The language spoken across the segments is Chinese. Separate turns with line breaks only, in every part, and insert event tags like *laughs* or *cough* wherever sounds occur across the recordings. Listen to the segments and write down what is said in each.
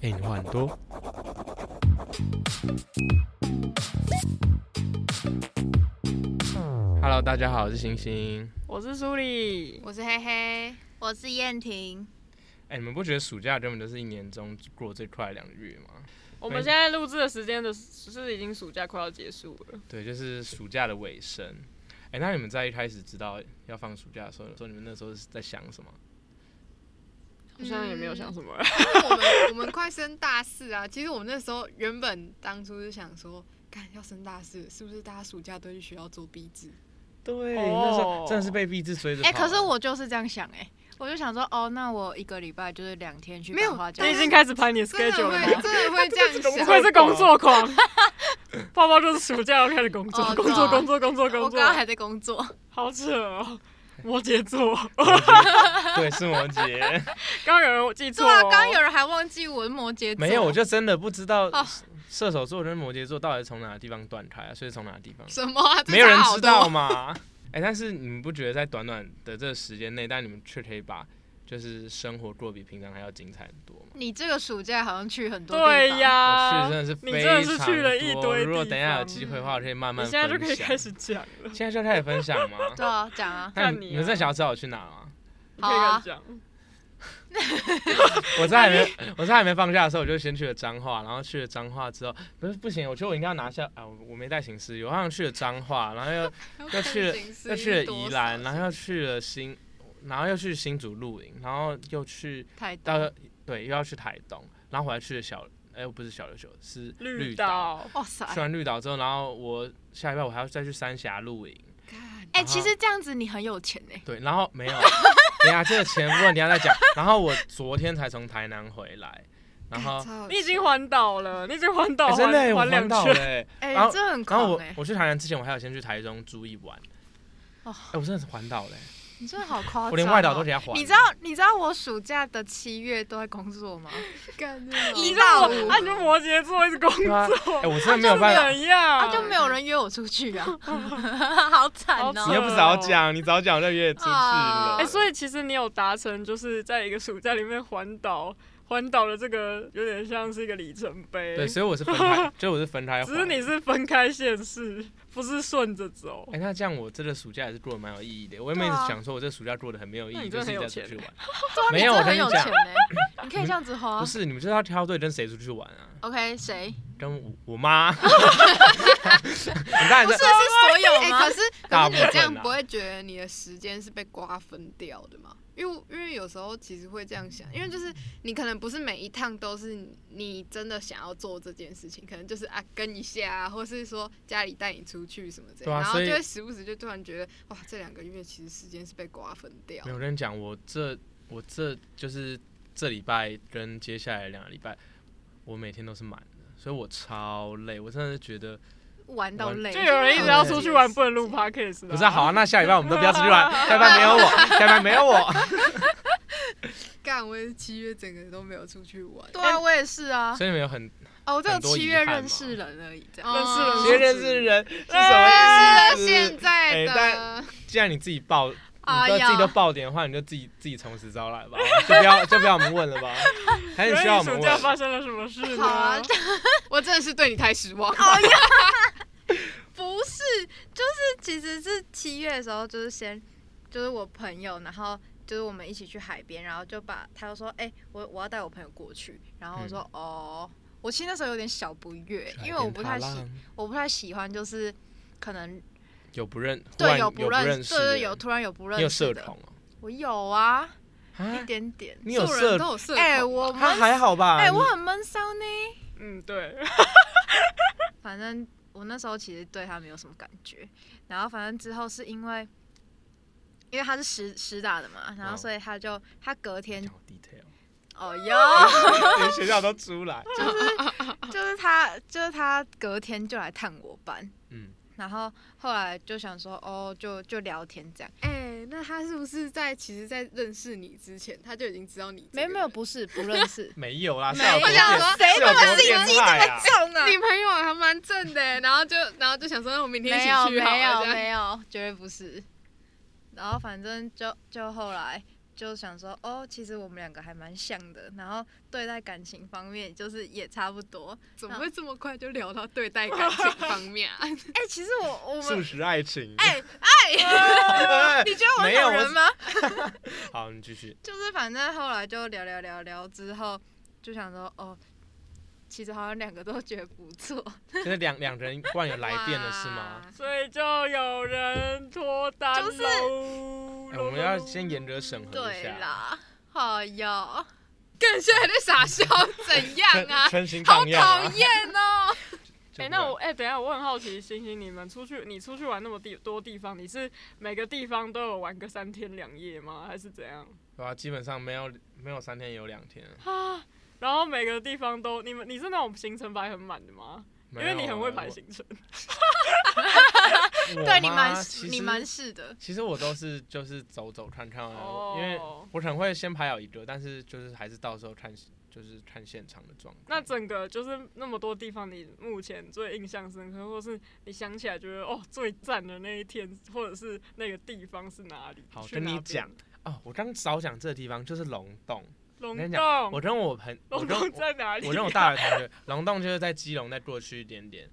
陪哎你话很多。Hello，大家好，我是星星。
我是苏里，
我是嘿嘿，
我是燕婷，
哎、你们不觉得暑假根本就是一年中过最快的两个月吗？
我们现在录制的时间的是已经暑假快要结束了，
对，就是暑假的尾声。哎、那你们在一开始知道要放暑假的时候，说你们那时候是在想什么？
好像也没有想什么
嗯
了。
因为我们 *laughs* 我们快升大四啊。其实我们那时候原本当初是想说，干要升大四，是不是大家暑假都去学校做壁纸？
对
那时候真的是
被逼制追着
哎、可是我就是这样想哎、我就想说，哦，那我一个礼拜就是两天去
没有
班花
*laughs*
教
你
室，
已经开始排你的
真的
schedule 了
会
吗？
真的
*laughs*
会这样
不
想。
愧是工作狂，
*laughs*
包包就是暑假要开始工作，
哦
工
对
作，
啊
工作，工作，
我
工
刚刚
作，
还在工作，
好扯哦。摩羯座，
对是摩羯，
刚刚有人记错
*laughs* 对
哦，
啊，刚刚有人还忘记我是摩羯
*laughs*
座，
没有，我就真的不知道
哦
射手座跟摩羯座到底是从哪个地方断开啊，所以从哪个地方？
什么、啊？
*laughs*
这
没有人
差好
知
多
哦
道。嘛。 *laughs* 哎、但是你们不觉得在短短的这个时间内，但你们却可以把就是生活过得比平常还要精彩很多吗？
你这个暑假好像去很多地方
对
我去
呀，
真的是
啊你
非
真
常
的是去了一
多
堆
如果
地
等一下有
方
机会的话，我可以慢
你
慢
现
分
在
享。
就可以开始讲了，
现在就开始分享
*laughs*
吗？
对啊，讲啊，
那
看
你
你啊
你们真的想要知道我去哪吗？
你可以开
好啊
始讲。
我在还没我在还没放假的时候，我就先去了彰化，然后去了彰化之后，不是不行，我觉得我应该要拿下啊，我我没带行事历，我好像去了彰化，然后又 *laughs* 要去了又去了宜兰，然后又去了新，然后又去新竹露营，然后又去
太
到
大
了对，又要去台东，然后我还去了小，哎、不是小琉球，是
绿
岛。啊
岛，
哇塞，
去完绿岛之后，然后我下礼拜我还要再去三峡露营。
干
哎、
然后
其实这样子你很有钱哎、
对，然后 *laughs* 没有，等一下这个钱问等一下再讲。然后我昨天才从台南回来，然后
干、超好
你已经环岛了，你已经环岛
哎
环
真的、欸、我
环两
环岛
圈
了，
*laughs*
欸。
哎、
然后
这很
然后
狂
我
哎、
我去台南之前，我还有先去台中住一晚。哎、
哦
我真的是环岛嘞，
你真的好夸张、哦，
我连外岛都给他环。
你知道你知道我暑假的七月都在工作吗？
干真的
一
好
到
笑
五
啊，你就摩羯座一直工
对啊
作
哎、，我真的没有办法，
怎样？
啊，就没有人约我出去
*laughs*
啊，*laughs* 好惨
好
你
惨
哦！
又不早讲，你早讲我就约出去了。
啊
哎、所以其实你有达成，就是在一个暑假里面环岛，环岛的这个有点像是一个里程碑。
对，所以我是分 *laughs* 开，就我是分开环。
只是你是分开县市，不是顺着走
哎、。那这样我这个暑假也是过得蛮有意义的。我原
对
本一直
啊
想说，我这暑假过得很没有意
那
义，
你
就
真
是
的
一
很
直
有
在出去
钱
玩。
哇
没有
你
我跟
真的很
你
有
讲
钱哎，你可以这样子花
不。是，你们就是要挑对跟谁出去玩啊？
OK，谁？
跟我我
*laughs*
妈。你当然
不是
是
是所有
*laughs* 哎、
吗
可？是
*laughs* 大
可
部
是
分
你这样
啊
不会觉得你的时间是被瓜分掉的吗？因为因为有时候其实会这样想，因为就是你可能不是每一趟都是你你真的想要做这件事情，可能就是啊跟一下、啊，或是说家里带你出去什么之类
对
的，
啊
然后
所以
就会时不时就突然觉得哇，这两个月其实时间是被瓜分掉
没。有我跟你讲，我这我这就是这礼拜跟接下来两个礼拜，我每天都是满的，所以我超累，我真的是觉得
哎玩到累，
就有人一直要出去玩，不能录 podcast 啊
不是啊、好啊。那下礼拜我们都不要出去玩，下礼拜没有我，下礼拜没有我。
干，我也是七月整个都没有出去玩，
对啊，我也是啊。
哎所以你们有很
哦，我只有
很多遗
七月
憾
认
嘛
识人而已，这样。
哦
认识了
其实
谁
认识人是
但
什么意
是
思？
现在的、
哎既然你自己报，你
哎
都
呀
自己都报点的话，你就自己自己从实招来吧，就不要就不要我们问了吧，还
请
是需要
问
我们
你暑假
问？
发生了什么事呢？
好啊
我真的是对你太失望了。
*laughs* 不是，就是其实是七月的时候，就是先就是我朋友，然后就是我们一起去海边，然后就把他就说，哎、我我要带我朋友过去，然后我说、
嗯
哦，我其实那时候有点小不悦，因为我不太喜
海边踏浪
我不太喜欢就是可能
有不认，忽然
对
有
不
认
认
识
对
的
对
人
有突然有不
你有
认
社
识的，
恐哦
我有啊，一
啊？
点点，
你有
做
社
人都有社恐吧，
哎、我
他 *laughs*
闷，
还好吧？
哎、
啊你
我很闷骚呢，
嗯，对，
反正我那时候其实对他没有什么感觉，然后反正之后是因为，因为他是实实打的嘛，然后
哦
所以他就他隔天
讲好 detail，
哦哟， *laughs*
连学校都出来。
就是他就是他隔天就来探我班，
*laughs* 嗯，，
然后后来就想说哦就就聊天这样，
哎、那他是不是在其实，在认识你之前，他就已经知道你？
没有没有，不是不认 *laughs* 识
没有啦，
没有
效果
我想
说
变啊
谁他妈
效果
心
变
机
态啊
重啊
你朋友还蛮正的，欸然后就然后就想说，那我明天一起
没
去
有
好了，
没有
这样
没有，绝对不是。然后反正就就后来就想说，哦，其实我们两个还蛮像的，然后对待感情方面就是也差不多。
怎么会这么快就聊到对待感情方面啊？
哎、其实我我
素
们
食爱情。*laughs*
哎
哎，
你觉得我
没
是
有
好
我
人
是
吗？
好，你继续。
就是反正后来就聊聊聊聊之后，就想说，哦，其实好像两个都觉得不错。
就是两两人突然有来电了是吗？
哇？
所以就有人脱单
就是
喽。
哎我们要先严格审核一
对
下。
啦，好哟，
干现在在傻笑，怎样啊
春？春心
好
荡漾啊
讨！厌哦！
就
哎、
不
那
会
我哎、等一下，我很好奇，星星，你们出去，你出去玩那么地多地方，你是每个地方都有玩个三天两夜吗？还是怎样
对啊，基本上没有没有三天有两天，
啊？然后每个地方都，你们你是那种行程排很满的吗？因
没有
为你很会
啊
排
我
行程。
我
对你
妈
蛮
其
你
实
蛮是的，
其实我都是就是走走看看啊，
哦
因为我可能会先排好一个，但是就是还是到时候看就是看现场的状况。
那整个就是那么多地方，你目前最印象深刻，或是你想起来觉得哦最赞的那一天，或者是那个地方是哪里？
好
去
跟
哪
你
边
讲哦，我刚少讲这个地方就是龙洞，
龙
跟你
洞，
我跟我朋我
*laughs* 龙
跟
洞
我
在哪里？
我跟我大学同学，龙洞就是在基隆再过去一点点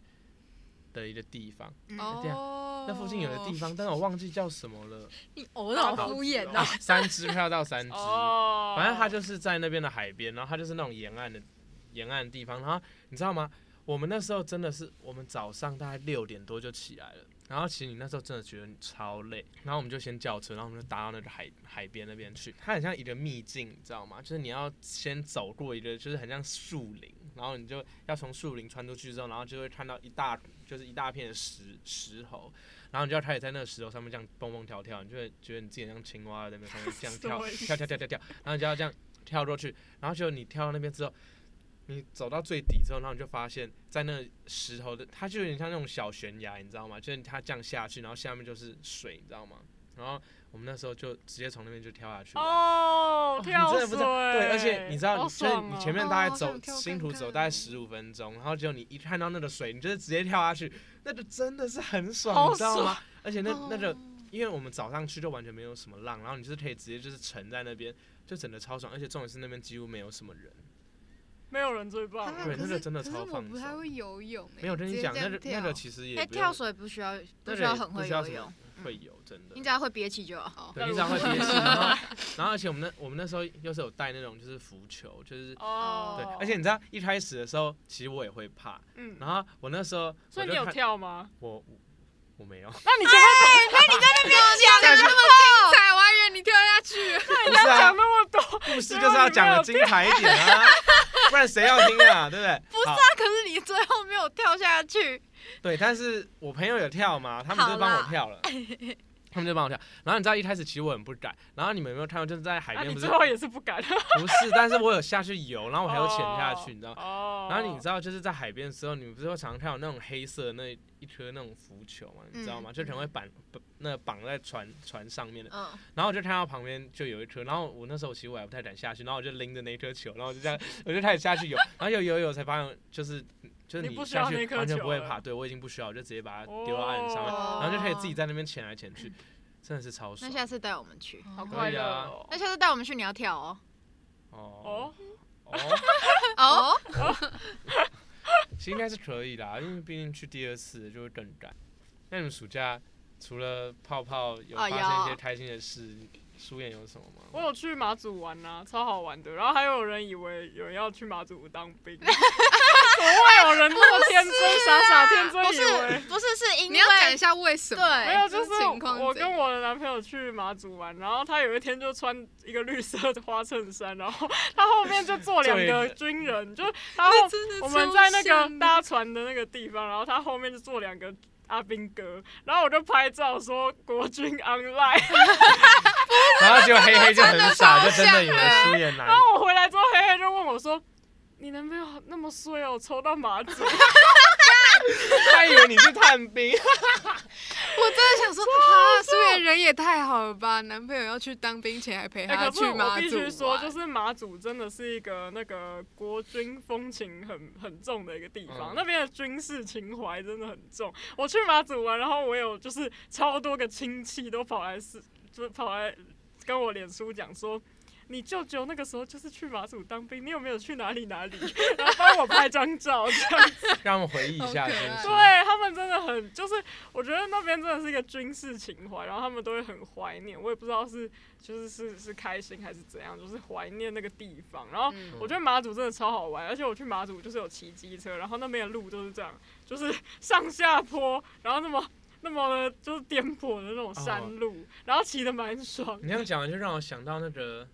的一个地方，这样
哦，
那附近有个地方，但是我忘记叫什么了，
你偶尔
好
好敷衍
啊
哦。
三支票到
*laughs*
三支，
哦，
反正它就是在那边的海边，然后它就是那种沿岸的沿岸的地方。然后你知道吗？我们那时候真的是，我们早上大概六点多就起来了。然后其实你那时候真的觉得你超累，然后我们就先叫车，然后我们就搭到那个海海边那边去。它很像一个秘境，你知道吗？就是你要先走过一个，就是很像树林，然后你就要从树林穿出去之后，然后就会看到一大就是一大片的石石头，然后你就要开始在那个石头上面这样蹦蹦跳跳，你就会觉得你自己很像青蛙在那边上面这样
什
跳
么意
跳跳跳跳跳，然后你就要这样跳过去，然后就你跳到那边之后，你走到最底之后，然后你就发现，在那石头的，它就有点像那种小悬崖，你知道吗？就是它这样下去，然后下面就是水，你知道吗？然后我们那时候就直接从那边就跳下去玩。
哦
哦，你
跳
真
水，
的不知道，对，而且你知道，
好
你就是
爽
你
哦
前面
哦
大概
好
走
想跳
辛
看
苦
看
走大概
哦
十五分钟，然后结果你一看到那个水，你就是直接跳下去，那就真的是很爽，
好
你知道吗
爽？
而且那那个
哦，
因为我们早上去就完全没有什么浪，然后你就是可以直接就是沉在那边，就整个超爽，而且重点是那边几乎没有什么人。
没有人最棒
啊
了。
对
可
那个
是
真的
可
超
是我
放
不太
松
会游泳欸，
没有，我跟
直
你
接
讲，
这
那
样
个那
跳
个其实也
哎，
不用
跳水不需要
那
不
个
需要
也
很
不
会
需要什
游
么
泳，
会游真的
你只。要会憋气就好。
哦
对，你只要会憋气，然后然后而且我们那我们那时候又是有带那种就是浮球，就是
哦，
对，而且你知道一开始的时候，其实我也会怕，
嗯，
然后我那时候
所
我
以
就
你有
看
跳吗？
我我我没有，
那你前面
讲那么精彩，我还以为你跳下去。
不是啊
讲，那么多，
故事就是要讲的精彩一点啊，不然谁要听啊，对不对？不是
那可是你最后没有跳下去，
对，但是我朋友有跳嘛，他们就帮我
*laughs*
跳了，他们就帮我跳。然后你知道一开始其实我很不敢，然后你们有没有看到就是在海
啊，
边
你
不是、
最后也是不敢，
不是，但是我有下去游，然后我还有潜下去，
哦
你知道。
哦，
然后你知道就是在海边的时候，你们不是会常常看到那种黑色的那一颗那种浮球嘛，你知道吗？
嗯
就可能会绑那绑在船船上面的。
嗯，
然后我就看到旁边就有一颗，然后我那时候其实我还不太敢下去，然后我就拎着那一颗球，然后我就这样， *laughs* 我就开始下去游，然后游游游才发现就是就是
你不需要
下去
那颗
完全
球
不会
了
怕，对我已经不需要，我就直接把它丢到岸上面，
哦
然后就可以自己在那边潜来潜去，真的是超
那
爽。
下次带我们去，
好
可
快
以
乐
啊
哦
那下次带我们去你要跳哦。
哦
哦，
哦，
哦，
其实应该是可以啦，因为毕竟去第二次就会更赶。那你们暑假除了泡泡，有发
哎
生一些
呦
开心的事，舒妍有什么吗？
我有去马祖玩呐、超好玩的。然后还有人以为有人要去马祖当兵，怎么会有人那么天真，傻傻天
不
真以
是
为？
不是是因
你要讲一
为
下为什么？
对
没有，
这
就是
情况
我
怎样
跟我的男朋友去马祖玩，然后他有一天就穿一个绿色的花衬衫，然后他后面就坐两个军人，就然后
真的
我们在那个
超像的
搭船的那个地方，然后他后面就坐两个阿兵哥，然后我就拍照说国军 online。
然后结果黑黑就很傻，就真的以为
真的超
舒妍来
然啊后我回来之后，黑黑就问我说：“你男朋友那么衰哦，抽到马祖，
他以为你是探兵。
*laughs* 我真的
*laughs*
想说，啊，苏妍人也太好了吧！男朋友要去当兵前还陪
哎
他
可是
去
我
马
必
祖
须
玩
说，就是马祖真的是一个那个国军风情很很重的一个地
嗯
方，那边的军事情怀真的很重。我去马祖玩，然后我有就是超多个亲戚都跑来是，就跑来。跟我脸书讲说。你舅舅那个时候就是去马祖当兵，你有没有去哪里哪里？ *laughs* 然后帮我拍张照，这样子。
让我们回忆一下
好可
这
爱
件事
对。他们真的很，就是我觉得那边真的是一个军事情怀，然后他们都会很怀念。我也不知道是就是是是开心还是怎样，就是怀念那个地方。然后
嗯
我觉得马祖真的超好玩，而且我去马祖就是有骑机车，然后那边的路就是这样，就是上下坡，然后那么那么的就是颠簸的那种山路，然后骑的蛮爽
哦你这样讲就让我想到那个，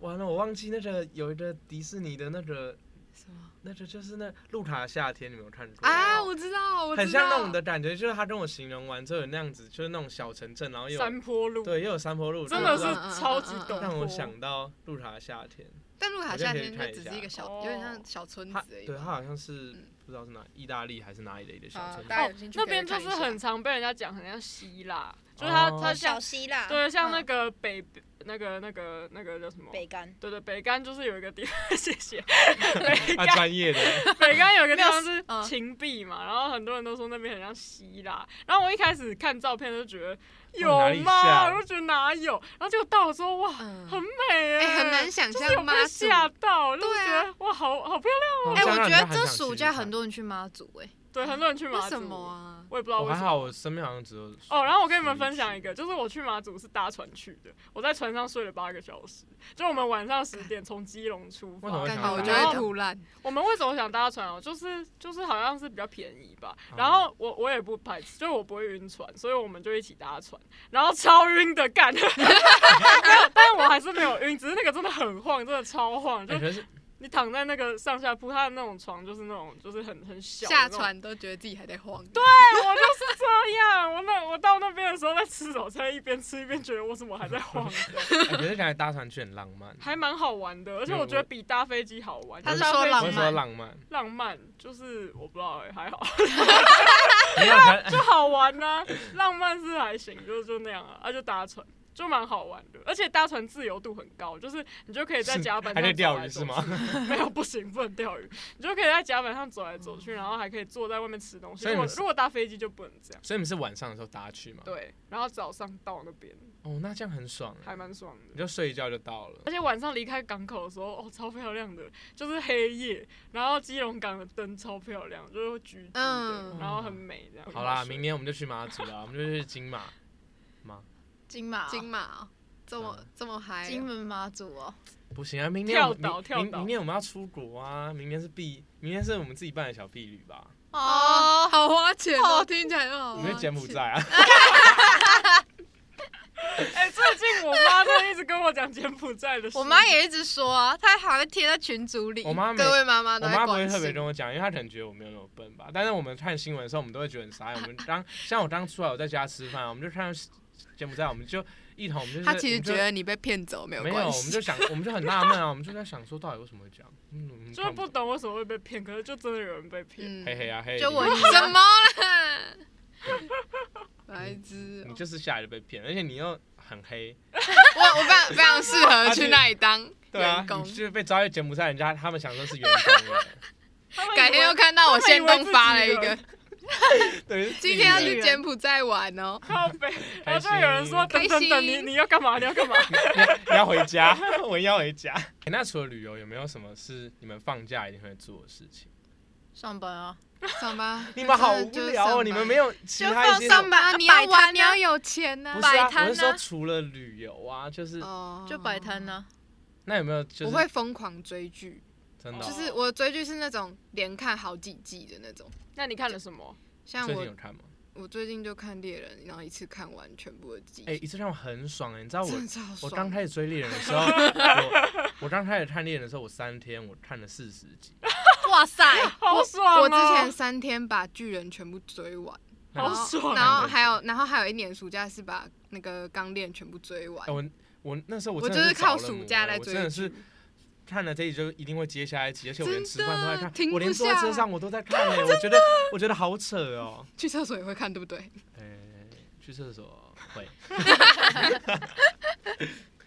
完了，我忘记那个有一个迪士尼的那个，
什么
那个就是那《路卡夏天》，你有没有看过？
啊？我知道，我知道，
很像那种的感觉，就是他跟我形容完之后有那样子，就是那种小城镇，然后又有
山坡路。
对，又有山嗯坡路，
真的是
然后
超级陡
让我想到《路卡夏天》
但路卡夏天
我觉得可以看一
就只
下
是一个小，
哦
有点像小村
它，
子而已
对，它
吧。
好像是
嗯
不知道是哪意大利还是哪里的一个小
好
城，
大
镇。
家有兴趣
哦那
可以
边就
看一
是
下
很常被人家讲很像希腊，就是它
哦
它
小
像
希
啊
腊，
对像那
嗯
个北那个那个那个叫什么？
北干，
对对，北干就是有一个地方， *laughs* 谢
*laughs*
谢。北
啊，
干
专业的，
北干有一个地方
没有
是
嗯
芹壁嘛，然后很多人都说那边很像希腊，然后我一开始看照片就觉得有
哦哪里
吗？
像
我就觉得哪有，然后结果到了之后哇，
嗯
很美哎、
哎很难想
就是有
象
被
妈祖。
吓到，就是
对
觉
啊
得、哇，好好漂亮。
哎，
这样
我
让人
觉
家
得
很
这
想
暑
去
假
看
很多人去妈祖，哎，
对，很多人去马祖，
为什么啊？
我也不知道
我
为
哦还
什
好，
么。
我身边好像只有
哦，然后我跟你们分享一个，就是我去马祖是搭船去的，我在船上睡了八个小时，就我们晚上十点从基隆出
为什么会。
发
感
想
觉我
搭
就会吐烂。
我们为什么想搭船哦？就是就是好像是比较便宜吧
哦，
然后我我也不排斥，就是我不会晕船，所以我们就一起搭船，然后超晕的干， *laughs* 没有，但我还是没有晕，只是那个真的很晃，真的超晃，就
哎，可是
你躺在那个上下铺，它的那种床就是那种就是很很小的
下
那种
船都觉得自己还在晃。对，
*laughs* 我就是这样，我那我到那边的时候在吃早餐，一边吃一边觉得我怎么还在晃，
哎可是感觉搭船去很浪漫，
*laughs* 还蛮好玩的，而且我觉得比搭飞机好玩。
他是
搭
说
飞机
我
浪
是
漫
说浪漫， *laughs*
浪漫就是我不知道、欸，还 *laughs* 好
没有可能
就好玩呐、浪漫是还行，就就那样啊，啊就搭船。就蛮好玩的，而且搭船自由度很高，就是你就可以在
是
甲板
还可
上
以
走
钓
来
鱼
走
是吗？
去？ *laughs* 没有，不行，不能钓鱼。你就可以在甲板上走来走去，然后还可以坐在外面吃东西。
所以
如
你
果
们是
如果搭飞机就不能这
*laughs*
样，
所以你们是晚上的时候搭去嘛？。
对。然后早上到那边
哦，那这样很爽哎，
还蛮爽的
你。就睡一觉就到了。
而且晚上离开港口的时候，哦，超漂亮的，就是黑夜，然后基隆港的灯超漂亮，就是橘橘的，
嗯
然后很美这样。哎
好啦，明年我们就去马祖啦，我们就去金马。妈，
金马，
金马哦这么
嗯
这么嗨
金
哦，
门妈祖哦，
不行啊，明年我们
跳岛
明
跳
明
岛
明年我们要出国啊，明年是避，明年是我们自己办的小避旅吧？
哦，好花钱哦，听起来很好
你
花
们
钱。
柬埔寨啊？
哎、最近我妈真的一直跟我讲柬埔寨的事。
我妈也一直说啊，她还会贴在群组里。
我妈没
各位妈妈
我
都
妈
在
不会
关
特别
心。
跟我讲，因为她可能觉得我没有那么笨吧。但是我们看新闻的时候，我们都会觉得很傻眼。我们刚像我刚出来，我在家吃饭，我们就看到柬埔寨，我们就一同我们就是
她其
我
实
们就
觉得你被骗走没有
没有，
关
我们
系
就。想，我们就很纳闷啊，我们就在想说到底为什么会这样，嗯，我们
就是
看
不
懂
懂为什么会被骗，可是就真的有人被骗。
嗯
嘿嘿啊嘿，
就
你
*laughs*
我
什么啦？白痴哦、
*laughs* 你就是下来就被骗，而且你又很黑，
我我非常非常适合去那里当
对啊，
员
你
工，
就是被招去柬埔寨，人家他们想说是员工
*laughs*
欸，
他们以为
改天又看到我先东发了一
他们以为
个，
对，
*laughs* 今天要
是自己
去柬埔寨玩哦，
靠背，
开
然后就
心
有人说等等
开
等，你
心
你要干嘛？你要干嘛？
人你要回家，我一定要回家。 *laughs* 欸那除了旅游，有没有什么是你们放假一定会做的事情？
上班啊，
上班，
你们好无
就是
聊
上
哦，
班
你们没。有其
就
他一
放
些
上
什么
班啊，
你要
摆摊啊
玩，你要有钱呐、
不是啊
摆，摊
我是说
啊
除了旅游啊，就是
哦
就摆摊。啊呢。
那有没有就
我
是
会疯狂追剧，
真的
就
哦
是我追剧是那种连看好几季的那种。
那你看了什么？
像
最近
我
有，看吗？
我最近就看猎人，然后一次看完全部的季，
哎，一次让我很爽哎，你知道我
真的超
我
爽。
刚开始追猎人的时 *laughs* 候，我我刚开始看猎人的时候，我三天我看了四十集，
哦哇塞，
好爽哦！
我之前三天把巨人全部追完，
然
好
然后
爽
然后
哦
还有，然后还有一年暑假是把那个钢炼全部追完
哎。我我那时候我
我
真
就
的
是靠
着
暑
魔
假
哎
来
我
追
真的是
剧
看了这一集就一定会接下一集，而且我连
真
吃饭都在
的
看
停，
我
不
连坐在
下
车上我都在看
*laughs*
哎，我觉得我觉得好扯哦，
去厕所也会看，对不对？
哎，去厕所会。 *laughs*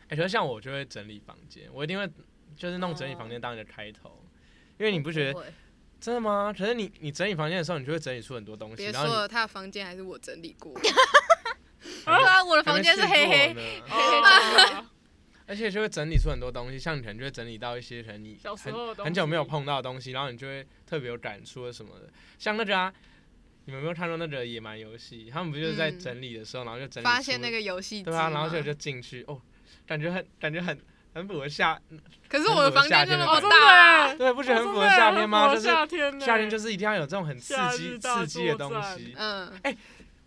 哎，可是像我就会整理房间，我一定会就是弄整理房间
哦
当一个开头，因为你不觉得
不会
真的吗？可是你你整理房间的时候，你就会整理出很多东西，
别
然
说
后你 *laughs*
了，他的房间还是我整理过。
对啊，我的
还
房
没
间是
试
黑
过
黑，
呢
*laughs*
哦，
而且就会整理出很多东西，像你可能就会整理到一些可能你
小时
很
候的东
很久没有
西
碰到的东西，然后你就会特别有感触或什么的。像那个啊，你们有没有看到那个野蛮游戏？他们不就是在
嗯
整理的时候，然后就整理
发现
出
那个游戏机
对啊，然后
嘛
就就进去哦，感觉很感觉很很符合夏，
可是我的房间就那
哦
么
真的
大，
耶
*laughs* 对，不觉
哦
得
真
很符合
的耶
夏
很
天
符
吗？
合
就是
夏天呢，
夏天就是一定要有这种很刺
夏
激
日大
刺激的
作
东
战
西。
嗯，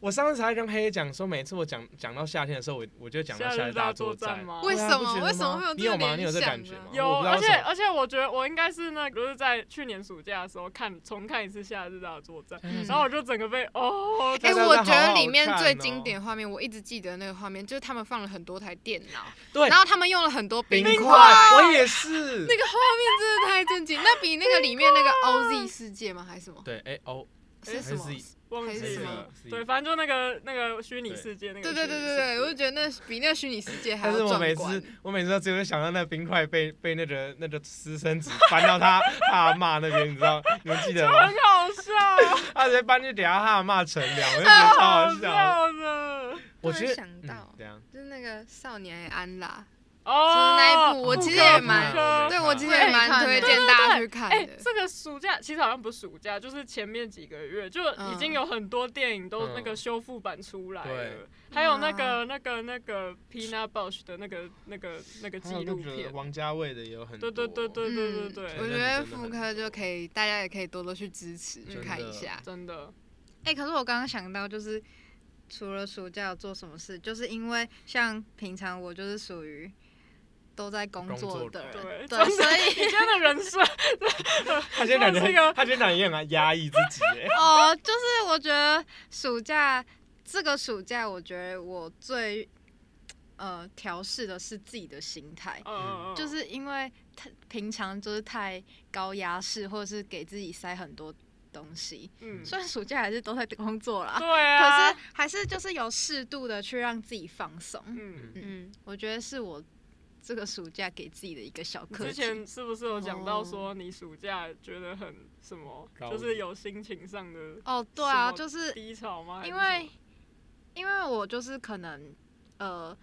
我上次才跟黑黑讲说，每次我讲讲到夏天的时候，我我就讲到
夏
夏
日
大
大作
战
战吗？
为
对啊
什
不
么
觉得
为什么
吗
会有
你
这个
有吗
联
你有这
想啊
感觉
呢
吗
有，
我不知道
而
为
且
什么
而且我觉得我应该是那个，就是在去年暑假的时候看重看一次《夏日大作战》
嗯
然后我就整个被哦，
哎
哎、
大家都
我觉
好
得
好
里面
看
最
哦
经典画面，我一直记得那个画面，就是他们放了很多台电脑，
对
然后他们用了很多冰
冰
块，
块，我也是。
那个画面真的太震惊。那比那个里面那个 OZ 世界吗？还是什么？
对，哎哦，
是什
还
么
是？
忘
还
记
是
了
什么，
对，反正就那个那个虚拟世界那个，
对对对对对，我就觉得那比那个虚拟世界还
但是
要
我
壮
每
观
次。我每次都只有想到那冰块被被那个那个私生子搬到他 *laughs* 他阿妈那边，你知道？你们记得吗
很？好笑，
他直接搬去给他阿妈乘凉，我就觉得超好
好
笑。
笑的
我
突
觉
然
得
想到
嗯、怎样？
就是那个少年安啦，
哦，
那一部我其实也蛮
不可怕
对我其实
我也
也蛮
看欸
推荐大家去看
哎、
的。
这个暑假其实好像不是暑假，就是前面几个月就已经有很多电影都
嗯
那个修复版出来了，
对
还有那个那个那个 Pina Bosch 的那个那个那个
还
纪
有
录
那个
片，
王家卫的也有很
对
多。
对对对对对对
我
嗯那
对，
觉得
你真的
妇
很
科就可以，大家也可以多多去支持，去
真
看
的
一下。
真的，
哎、可是我刚刚想到，就是除了暑假有做什么事，就是因为像平常我就是属于都在工
工
作
作
的
的
人，
对
对，
真
所以
你今天的人设
他现在感
这
觉
个
他现在感觉也很压抑自己耶。
哦，就是我觉得暑假这个暑假，我觉得我最呃调试的是自己的心态，
嗯，嗯
就是因为太平常就是太高压式，或者是给自己塞很多东西。
嗯，
虽然暑假还是都在工作啦，
对啊，
可是还是就是有适度的去让自己放松。
嗯，
嗯，我觉得是我这个暑假给自己的一个小
你
课
之
题。
前是不是有讲到说你暑假觉得很什么，
高
就是有心情上的
哦，对啊，
什么
就是
低潮吗？还是
因
什
为
么
因为我就是可能呃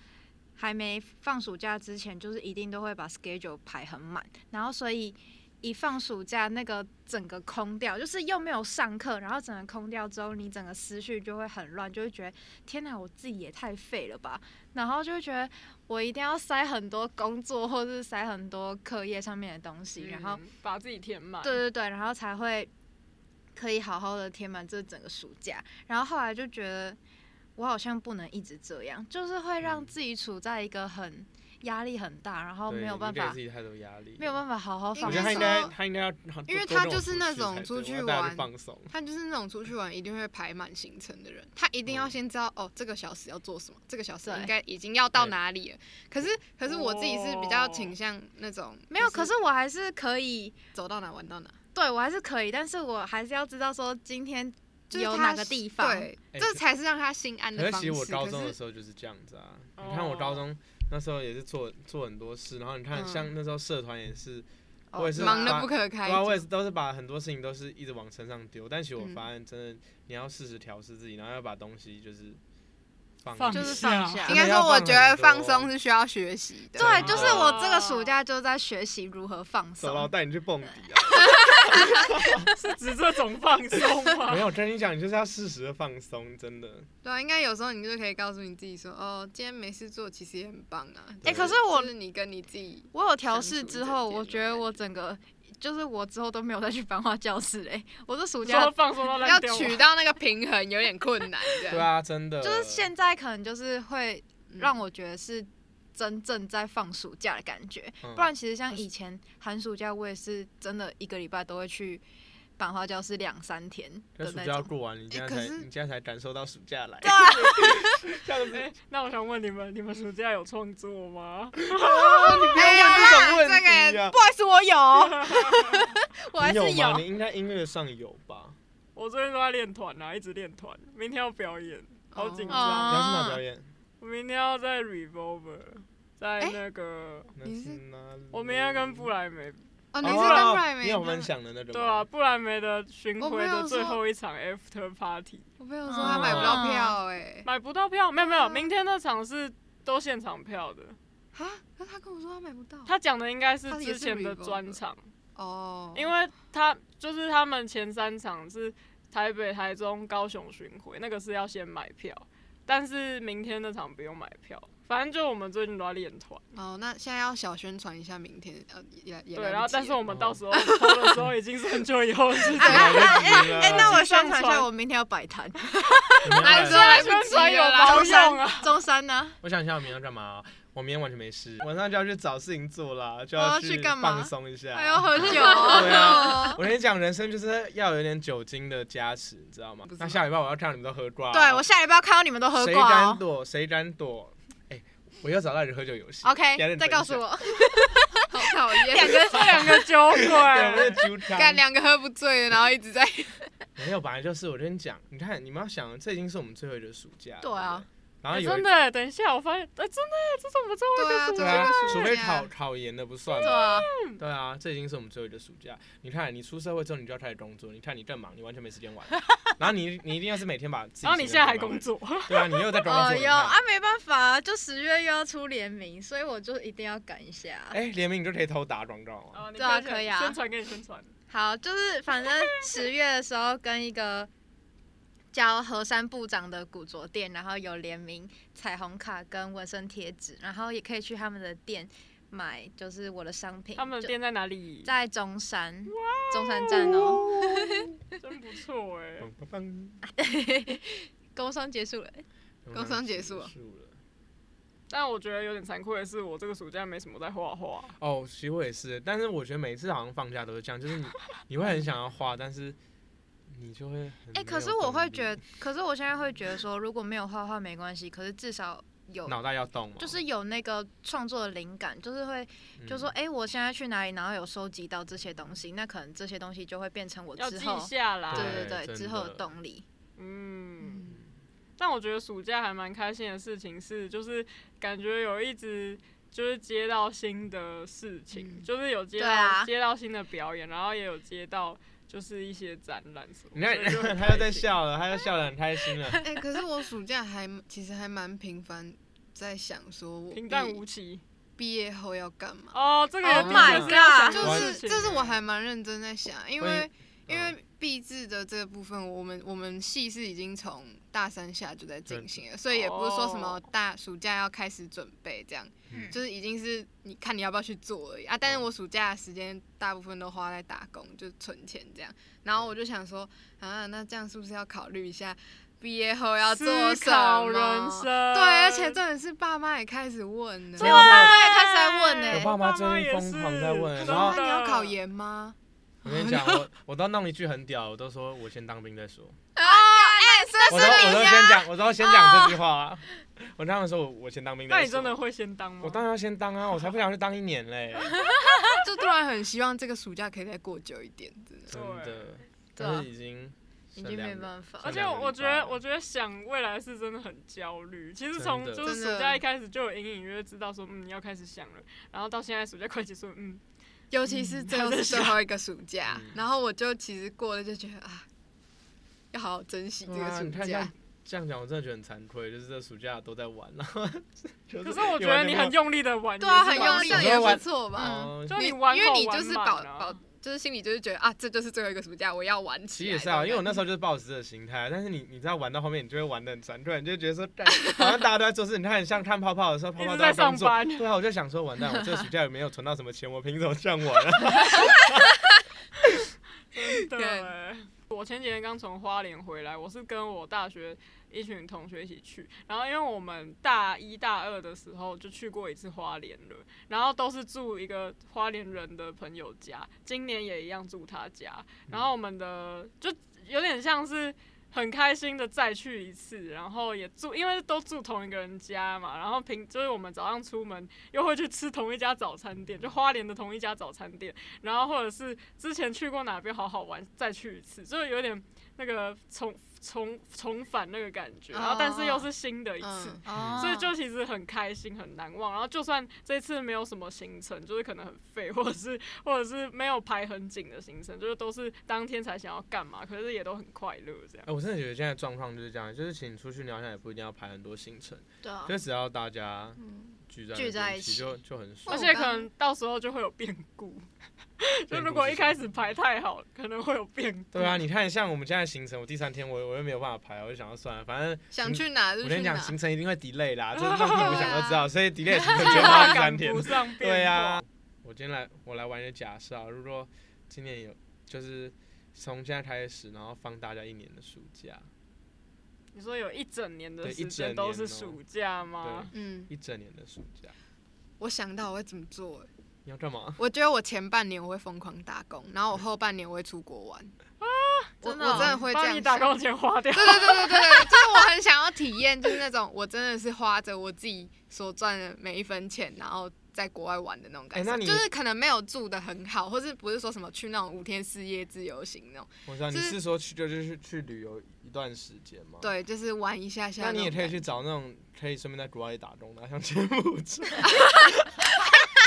还没放暑假之前，就是一定都会把 schedule 排很满，然后所以一放暑假那个整个空掉，就是又没有上课，然后整个空掉之后，你整个思绪就会很乱，就会觉得天哪，我自己也太废了吧，然后就会觉得我一定要塞很多工作或是塞很多课业上面的东西，然后
嗯把自己填满，
对对对，然后才会可以好好的填满这整个暑假。然后后来就觉得我好像不能一直这样，就是会让
嗯
自己处在一个很压力很大，然后
哦
对
没有
你
办
给
法
自己太多压力，
没有办法好好
应
我
放
觉得
该
他应
松。
该
说
他应该要，多
因为
多
他
跟
就
我
是
出
那
去
种
才
出
对
去
我要带他
玩
放松。
他就是那种出去玩一定会排满行程的人，他一定要先知
嗯
道哦，这个小时要做什么，这个小时
对
应该已经要到哪里了。可是，可是我自己是比较
哦
倾向那种
没有，
就
可是我还是可以，
走到哪玩到哪，
对我还是可以，但是我还是要知道说今天
就是
有
他
哪个地方。
对，
哎
这才是让他心安
可
的
是
方
其
式。
实我高中
可
的
是哦
时候就是这样子啊，你看我高中那时候也是做做很多事，然后你看
嗯
像那时候社团也是，
哦
我也是
忙
把
得不可
对
开
啊，
交，
我也是都是把很多事情都是一直往身上丢，但其实我
嗯
发现真的你要适时调试自己，然后要把东西就是放
放
就是
下 *laughs*
放下
应该说，我觉得放松
是
是需要学习的。
对，
真
就是
的
我这个暑假就在学习如何放
哦走了，我
松。
带你去蹦迪啊
*laughs*
是指这种放松
啊！
吗
*laughs*
没？有，跟你讲，你就是要适时的放松，真的。
对啊，应该有时候你就可以告诉你自己说，哦，今天没事做，其实也很棒啊。
对
哎、可是我
就是你跟你自己，
我有调试
相处
之
一
后，
整
我
天
觉
的
得
感
我整个就是我之后都没有再去繁花教室嘞、我这暑
你说
假
放松到烂
要
掉吗
取到那个平衡有点困难，这样 *laughs*
对啊，真的。
就是现在可能就是会
嗯
让我觉得是真正在放暑假的感觉，
嗯
不然其实像以前寒暑假我也是真的一个礼拜都会去繁花教室两三天
这
的
暑
那
假
种。
过完，你现在
可
才
是
你现在才感受到暑假来。这样子，
哎、那我想问你们，你们暑假有创作吗？
你不要 *laughs*
哎呀
问这种
这
问题
个
啊
不！好意思，我有，
*laughs*
我还
你
是
有吗？你应该音乐上有吧？
我最近都在练团啊，一直练团，明天要表演，好紧张。
你
哦
要去哪表演？
我明天要在 Revolver，在
哎
那个，
那
你是
哪里
我明天要跟布莱梅
哦，你是
哦，
跟
哦
Brian 没？
你有分享的那个吗？
对啊，布兰梅的巡
我
回
朋友
的最
说
后一场 after party
我朋友说他买不到票哎、
买不到票，没有没
对
有，
啊
明天那场是都现场票的。
啊，可是他跟我说他买不到。
他讲的应该是
他也
之
是
前的
revoke
专场，
哦，
因为他就是他们前三场是台北、台中、高雄巡回，那个是要先买票，但是明天那场不用买票。反正就我们最近都在练团，
哦，那现在要小宣传一下明天，呃，也也
对，然后但是我
们
们到时候抽的时候已经是很久以后的事情
哎
了。
哎
哎，那我宣
上
传一
传
下，我明天要摆摊。
来
说
说，来不
宣
及
传有
了啦
毛
中
用啊！
山，中山呢？
我想一下，我明天要干嘛啊？我明天完全没事，晚上就要去找事情做啦，就
我要去
去
干嘛
放松一下。
哎
还要喝酒、
啊
哦
对啊，我跟你讲，人生就是要有点酒精的加持，你知道吗
不？是
那下礼拜我要看到你们都喝挂哦。
对我下礼拜要看到你们都喝
谁
过
敢
哦。
躲谁敢躲？哎，我又找到你喝酒游戏。等一下
OK，
你
再
等一
告诉
下。
*laughs* 我。
好讨厌，
哎两
个
这两个酒 *laughs*
对，我
鬼
是，纠缠
干两个喝不醉的，然后一直在
没有，本来就是我跟你讲，你看你们要想，这已经是我们最后一个暑假了。
对啊
不对。然后
哎
有
真
一
的耶，等一下，我发现，哎，真的耶，这是我们最后一
对啊
个
对
组
对
啊
这个，暑
除非
假
考考研的不算
对
嘛。
啊，
对啊，这已经是我们最后一个暑假。你看，你出社会之后，你就要开始工作，你看你更忙，你完全没时间玩。然后你你一定要是每天把自己。
然后你现在还工？作，
对啊，你又在工作。
*laughs* 哦
你
哟
看
啊，没办法啊，就十月又要出联名，所以我就一定要赶一下。
哎，联名你就可以偷打广告啊。
*laughs* 哦你
对啊
看起来
可以啊
宣传给你宣传。
好，就是反正十月的时候跟一个叫河山部长的古着店，然后有联名彩虹卡跟纹身贴纸，然后也可以去他们的店买，就是我的商品。
他们的
就
店在哪里？
在中山，中山站哦。
真不错哎、
砰砰砰
工商结束了，
工商结束了
嗯
但我觉得有点惭愧的是，我这个暑假没什么在画画。
哦，其实我也是，但是我觉得每次好像放假都是这样，就是你你会很想要画，但是你就会很
哎、可
没
是
有
我
动
会
力
觉得，可是我现在会觉得说，如果没有画画没关系，可是至少有，
脑袋要动嘛，
就是有那个创作的灵感，就是会就说，
嗯
哎、我现在去哪里，然后有收集到这些东西，那可能这些东西就会变成我
要
哦之
记
后，
下来。
对对
对
对，之后的
真的
动力。
嗯，但我觉得暑假还蛮开心的事情是，就是感觉有一直就是接到新的事情，
嗯
就是有接到、
对啊
接到新的表演，然后也有接到就是一些展览什么。
你看
所以就很
他又在笑了，他又笑得很开心了。
*laughs*
哎、可是我暑假还其实还蛮频繁，在想说我
开心，平淡
毕
无奇。
毕业后要干嘛。
哦，这个也
Oh
的确
my
是要想
god
就
的
完
是
事情
这是我
欸
还蛮认真在想，因
关
为
于
因
嗯
为毕制的这个部分，我们我们系是已经从大三下就在进行了，所以也不是说什么
哦
大暑假要开始准备这样，
嗯
就是已经是你看你要不要去做而已啊。但是我暑假的时间大部分都花在打工，就存钱这样。然后我就想说啊，那这样是不是要考虑一下毕业后要做
思
什
考
么？
人生。
对，而且重点是爸妈也开始问了，
没有我爸妈也开始在问欸
我
呢、
爸妈最近
也
疯狂
是
在问
真
然后
那你要
的
考研吗？
我跟你讲，我我都弄一句很屌，我都说我先当兵再说，
啊，哎、
我都我都先讲，我都先讲这句话啊。 *laughs* 我跟他们说我我先当兵再
那
说，
你真的会先当吗？
我当然要先当啊，我才不想去当一年
*laughs*
嘞，
*laughs* 就突然很希望这个暑假可以再过久一点，真的。
真的，
对
但是已经
已
剩
经
两
没
个
办法
啊而
剩
且
两个礼
我觉
拜
得，
了
我觉得想未来是真的很焦虑。其实
真
从
的
就是
真
暑
的
假一开始就有隐隐约约知道说，嗯，要开始想了。然后到现在暑假快结束，嗯，
尤其是这又是最后一个暑假，
嗯
然后我就其实过了就觉得啊，要好好珍惜这
对
个
啊你
暑
看
假
像。这样讲我真的觉得很惭愧，就是这暑假都在玩，啊然后就
可是我觉得你很啊
有
用力的玩，
对啊，
你
很
是
用
玩
力
手
手
机有时
也
候玩
不错吧？
哦
嗯
就
你
你玩
因为
口
你
玩
就是
满
保
啊
保，就是心里就是觉得啊，这就是最后一个暑假，我要玩
其
起
实
来。
也是啊，因为我那时
候
候就是抱持这个心态，但是你你知道玩到后面，你就会玩的很残，突然就觉
*laughs*
得说，干好像大家都在做事。你看，像看泡泡的时候，泡
一
泡
直
都在
在
工
上
作。
班。
对啊，我就想说，完蛋，我这个暑假也没有存到什么钱，我凭什么这样玩
*laughs*
啊？
真的
*laughs* 对
欸。我前几天刚从花莲回来，我是跟我大学一群同学一起去，然后因为我们大一大二的时候就去过一次花莲了，然后都是住一个花莲人的朋友家，今年也一样住他家，然后我们的就有点像是。很开心的再去一次，然后也住，因为都住同一个人家嘛，然后平就是我们早上出门又会去吃同一家早餐店，就花莲的同一家早餐店，然后或者是之前去过哪边好好玩，再去一次，就是有点那个重重重返那个感觉，然后但是又是新的一次。
嗯
哦
所以就其实很开心，很难忘。然后就算这次没有什么行程，就是可能很废，或者是或者是没有排很紧的行程，就是都是当天才想要干嘛，可是也都很快乐这样
哎、。我真的觉得现在状况就是这样，就是请出去你好像也不一定要排很多行程，
对啊
就只要大家
嗯
聚在
聚
那
在
边
一
一
起哦
起就就很
而
爽。
且可能到时候就会有变
*laughs*
故，就如果一开始排太好，可能会有变故。
对啊，你看像我们现在行程，我第三天我我又没有办法排，我就想要算了，反正
想
行
去哪就
我
去
跟你
哪
讲，。行程一定会 delay
*laughs*
啦，这是让屁股想都知道，所以 delay 的行程就
怕
要
赶
三天
不。上变化。
对啊，我今天来我来玩一个假设啊，如果今年有就是从现在开始，然后放大家一年的暑假，
你说有一整年的
对
时
一整
间
年
都是
哦
暑假吗？
嗯，
一整年的暑假，
我想到我会怎么做、欸。
你要干嘛？
我觉得我前半年我会疯狂打工，然后我后半年我会出国玩。
啊
我
真的哦
我真的会这
帮
样
你
想。
打工钱花掉。 *laughs*
对对对对对，就是我很想要体验，就是那种我真的是花着我自己所赚的每一分钱，然后在国外玩的那种感
哎
受，
那你
就是可能没有住的很好，或是不是说什么去那种五天四夜自由行那种，
我知道你
就是
是说去就就是去旅游一段时间吗？。
对，就是玩一下
哦
下
那
种感觉。
你也可以去找那种可以顺便在国外打工的啊，像柬埔寨。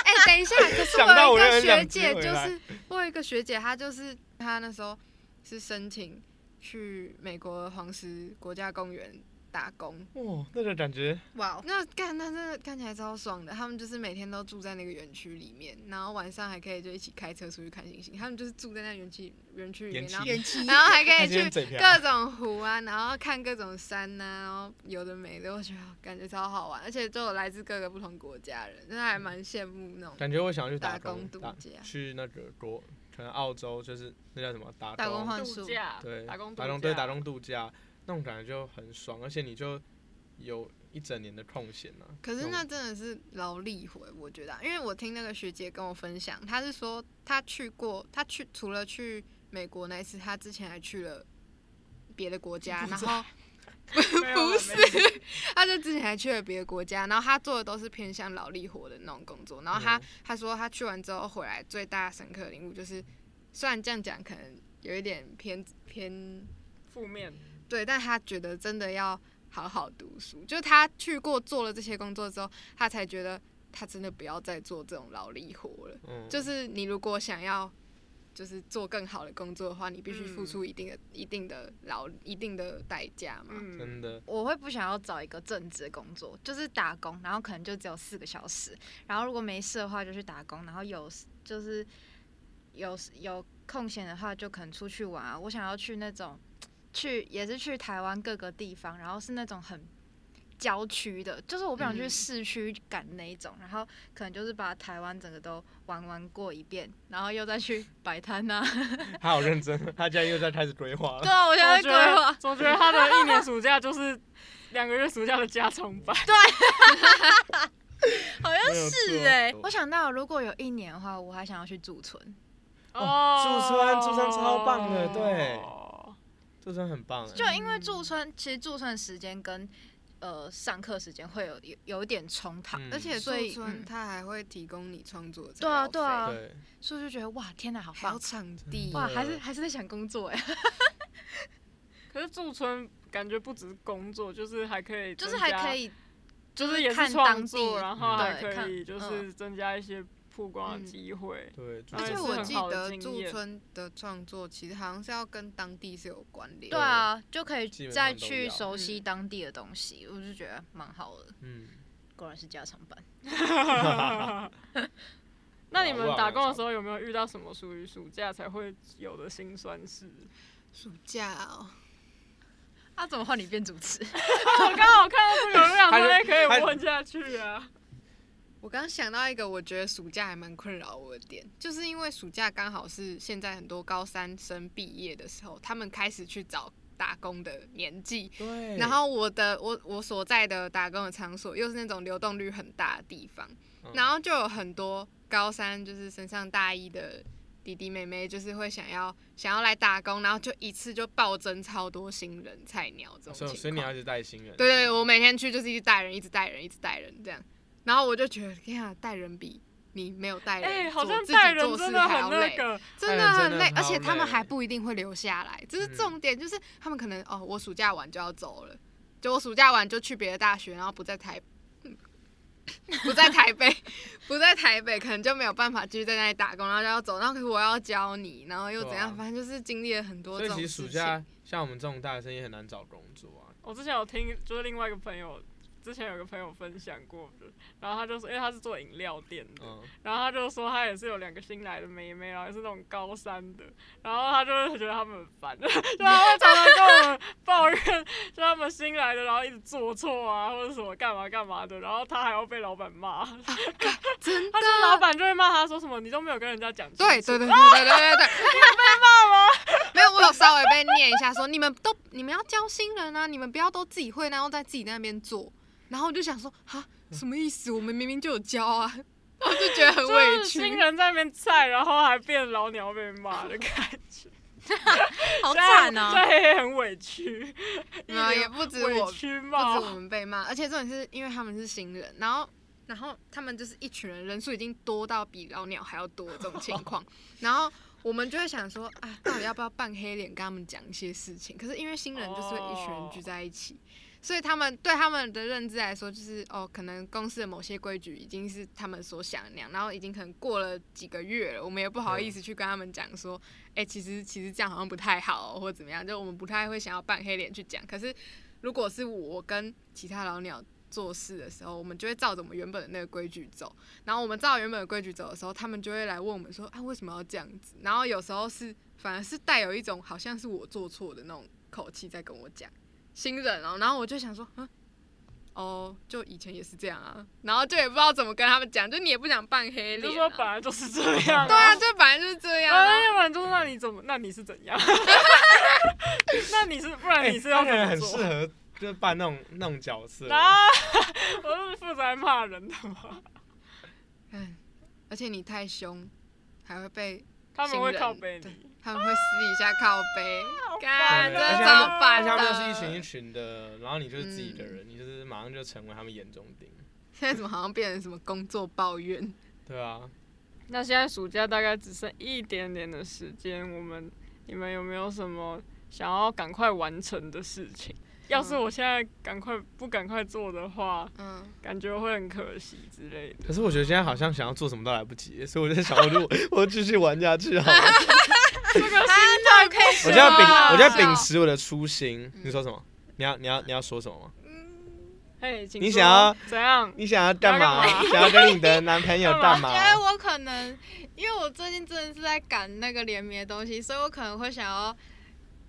哎、
*laughs*
等一下，可是
*laughs* 想到
我
我就
有一个
很
学
想
姐，
接回
就
来
是我有一个学姐，她就是她那时候是申请去美国黄石国家公园打工，
哇，那个感觉
哇哦，
那干那真的看起来超爽的。他们就是每天都住在那个园区里面，然后晚上还可以就一起开车出去看星星。他们就是住在那园区园区里面，
园
然后
区
元气
然后还可
那
以去
天嘴瓢。
各种湖啊，然后看各种山呐、然后有的没的，我觉得哦感觉超好玩，而且都有来自各个不同国家的人，真的还蛮羡慕那种。
感觉我想要去
嗯打
工
工，度假
去那个国，可能澳洲就是那叫什么打
打工
工，
换
度
宿
假，
对，
打工
打
度
工
假，
对打工度假，那种感觉就很爽，而且你就有一整年的空闲啊。
可是
种
那真的是劳力活，我觉得啊、因为我听那个学姐跟我分享，她是说她去过，她去除了去美国那一次，她之前还去了别的国家，然后
没有啊
不
没有
她就之前还去了别的国家，然后她做的都是偏向劳力活的那种工作，然后她、
嗯
她说她去完之后回来最大深刻的领悟就是，虽然这样讲可能有一点偏偏
负面，
对，但他觉得真的要好好读书，就是他去过做了这些工作之后，他才觉得他真的不要再做这种劳力活了。
嗯，
就是你如果想要就是做更好的工作的话，你必须付
嗯
出一定的、一定的劳、一定的代价嘛。
*laughs*
嗯，
真的，
我会不想要找一个正职的工作，就是打工，然后可能就只有四个小时，然后如果没事的话就去打工，然后有就是有有空闲的话就可能出去玩啊。我想要去那种去也是去台湾各个地方，然后是那种很郊区的，就是我不想去
嗯
市区赶那一种，然后可能就是把台湾整个都玩玩过一遍，然后又再去摆摊呐。
他好认真， *laughs* 他现在又在开始规划
*laughs* 对
了。
啊，我现在
总觉
规划
得总觉得他的一年暑假就是 *laughs* 两个月暑假的加长版，
好像
没有
是
错
哎、我想到如果有一年的话，我还想要去驻村。
哦驻村驻村超棒的对
哦
这真的很棒哎。
就因为驻村，其实驻村的时间跟呃上课时间会有有有一点冲突，
嗯
而且驻
所以
村
嗯
他还会提供你创作的
对啊
材料
对啊
费
对，
所以我就觉得哇，天哪，好
还有
棒！
场地
真。
哇，
的
还是还是在想工作哎、
可是驻村感觉不只是工作，就是还可以，
就是还可
以，
以
就是也
看
是
当
创
地
作，啊然后
嗯
还
对
可
看
以就是增加一些曝光
嗯
的机会。
对，就
而
是
且
也是
我
很
记
好的
得
经
驻
验
村的创作其实好像是要跟当地是有关联
对
的。
啊，就可以
基本上
再
都
去
要
熟悉当地的东西，我就觉得蛮好的。
嗯，
果然是加长版。
那你们打工的时候有没有遇到什么属于暑假才会有的辛酸事？
暑假哦，
啊，怎么换你变主持？
我刚好看到这个，我想
他
说
就
哎可以
他
问下去啊。
我刚想到一个，我觉得暑假还蛮困扰我的点，就是因为暑假刚好是现在很多高三生毕业的时候，他们开始去找打工的年纪。
对，
然后我的我我所在的打工的场所又是那种流动率很大的地方，
嗯
然后就有很多高三就是升上大一的弟弟妹妹，就是会想要想要来打工，然后就一次就暴增超多新人菜鸟这
啊所
种
以所
情
以你要
况。
一直带新人。
对对，我每天去就是一直带人，一直带人，一直带人这样。然后我就觉得，天啊，带人比你没有带人
哎、
做，
好像
自己
带人
做
真
事
的
还
很
要
那
累，
个，
真的
带人
很
真的
累，而
好
且他们
累
还不一定会留下来，这是
嗯
重点，就是他们可能哦，我暑假完就要走了，就我暑假完就去别的大学，然后不在台，不在台北， *laughs* 不在台北，可能就没有办法继续在那里打工，然后就要走，然后可是我要教你，然后又
对
怎
啊
样，反正就是经历了很多
所
这
以
种
其
事
实
情
暑。假像我们这种大学生也很难找工作啊。
我之前有听，就是另外一个朋友，之前有个朋友分享过的，然后他就说，因为他是做饮料店的，
嗯，
然后他就说他也是有两个新来的妹妹，然后也是那种高三的，然后他就是觉得他们很烦， *laughs* 就他会常常跟我们抱怨，就他们新来的，然后一直做错啊，或者什么干嘛干嘛的，然后他还要被老板骂， *laughs*
真的
他，就是老板就会骂他说什么你都没有跟人家讲清楚，
对对对对对对对对， *laughs* 你有被骂吗？ *laughs* 没有，我有稍微被念一下说你们都你们要教新人啊，你们不要都自己会，然后在自己那边做。然后我就想说，哈，什么意思？我们明明就有教啊， *laughs* 我就觉得很
就
委
是
屈，
新人在那边菜，然后还变老鸟被骂的感觉，
好
这样
啊
惨哦、
这黑黑很委屈，一
*laughs* 没有也
脸
不止我
委屈
不止我
嘛。
们被骂，而且重点是因为他们是新人，然后然后他们就是一群人，人数已经多到比老鸟还要多的这种情 *laughs* 况，然后我们就会想说啊，到底要不要扮黑脸跟他们讲一些事情？可是因为新人就是会一群人聚在一起。所以他们对他们的认知来说，就是哦，可能公司的某些规矩已经是他们所想的那样，然后已经可能过了几个月了，我们也不好意思去跟他们讲说，哎、其实其实这样好像不太好、哦，或者怎么样，就我们不太会想要扮黑脸去讲。可是如果是我跟其他老鸟做事的时候，我们就会照着我们原本的那个规矩走。然后我们照原本的规矩走的时候，他们就会来问我们说啊，为什么要这样子？然后有时候是反而是带有一种好像是我做错的那种口气在跟我讲，新人哦。然后我就想说，嗯。哦，就以前也是这样啊，然后就也不知道怎么跟他们讲，就你也不想扮黑
你
脸、
就
啊，
说本来就是这样、
对啊，，就本来就是这样、啊
啊，，要不然就是那你怎么？那你是怎样？ *laughs* 那你是不然你是要
哎
*laughs*
那
怎
个人
么
很适
做？
合就是扮那种那种角 *laughs* 色。
啊！ *laughs* 我是负责骂人的嘛，
嗯，而且你太凶，还会被
他们会
新人
靠背
对
你，
他们会私底下靠背，
烦
干
对
真
啊
而
的
且
超
他们
烦
而且
的。
他们都是一群一群的，然后你就是自己的人，你就是马上就成为他们眼中钉。
现在怎么好像变成什么工作抱怨？
对啊，
那现在暑假大概只剩一点点的时间，我们你们有没有什么想要赶快完成的事情？要是我现在赶快不赶快做的话，
嗯，
感觉会很可惜之类的。
可是我觉得现在好像想要做什么都来不及，所以我在想，我就 *laughs* 我继续玩下去好了。 *laughs*
这个心态
*laughs*
可以
我现在秉
啊
我现在秉持我的初心。你说什么？你要你要你要说什么吗？
嘿，请
你
说
想要
怎样？
你想要干嘛
要干？嘛
想要跟你的男朋友 *laughs* 干嘛
我？觉得哎我可能，因为我最近真的是在赶那个联名的东西，所以我可能会想要，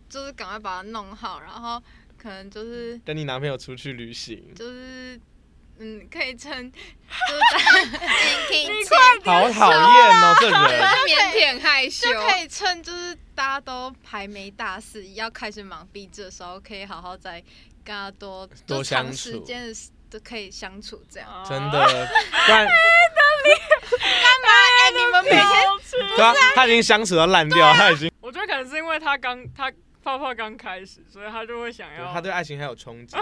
就是赶快把它弄好，然后可能就是
跟你男朋友出去旅行，
就是，嗯，可以趁 *laughs* 就是在 *laughs*
你
你
好讨厌哦，这人。
腼腆害羞
就，可以趁就是大家都还没大四，要开始忙毕制的时候，可以好好再跟他多
多
就
相
长
处
时间的时都可以相处这样。
真
哦
的， *laughs* 不然
哎、你们每天
对啊，他已经相处到烂掉，他已经
我觉得可能是因为他刚他泡泡刚开始，所以他就会想要
他对爱情还有憧 *laughs* 憬。
啊，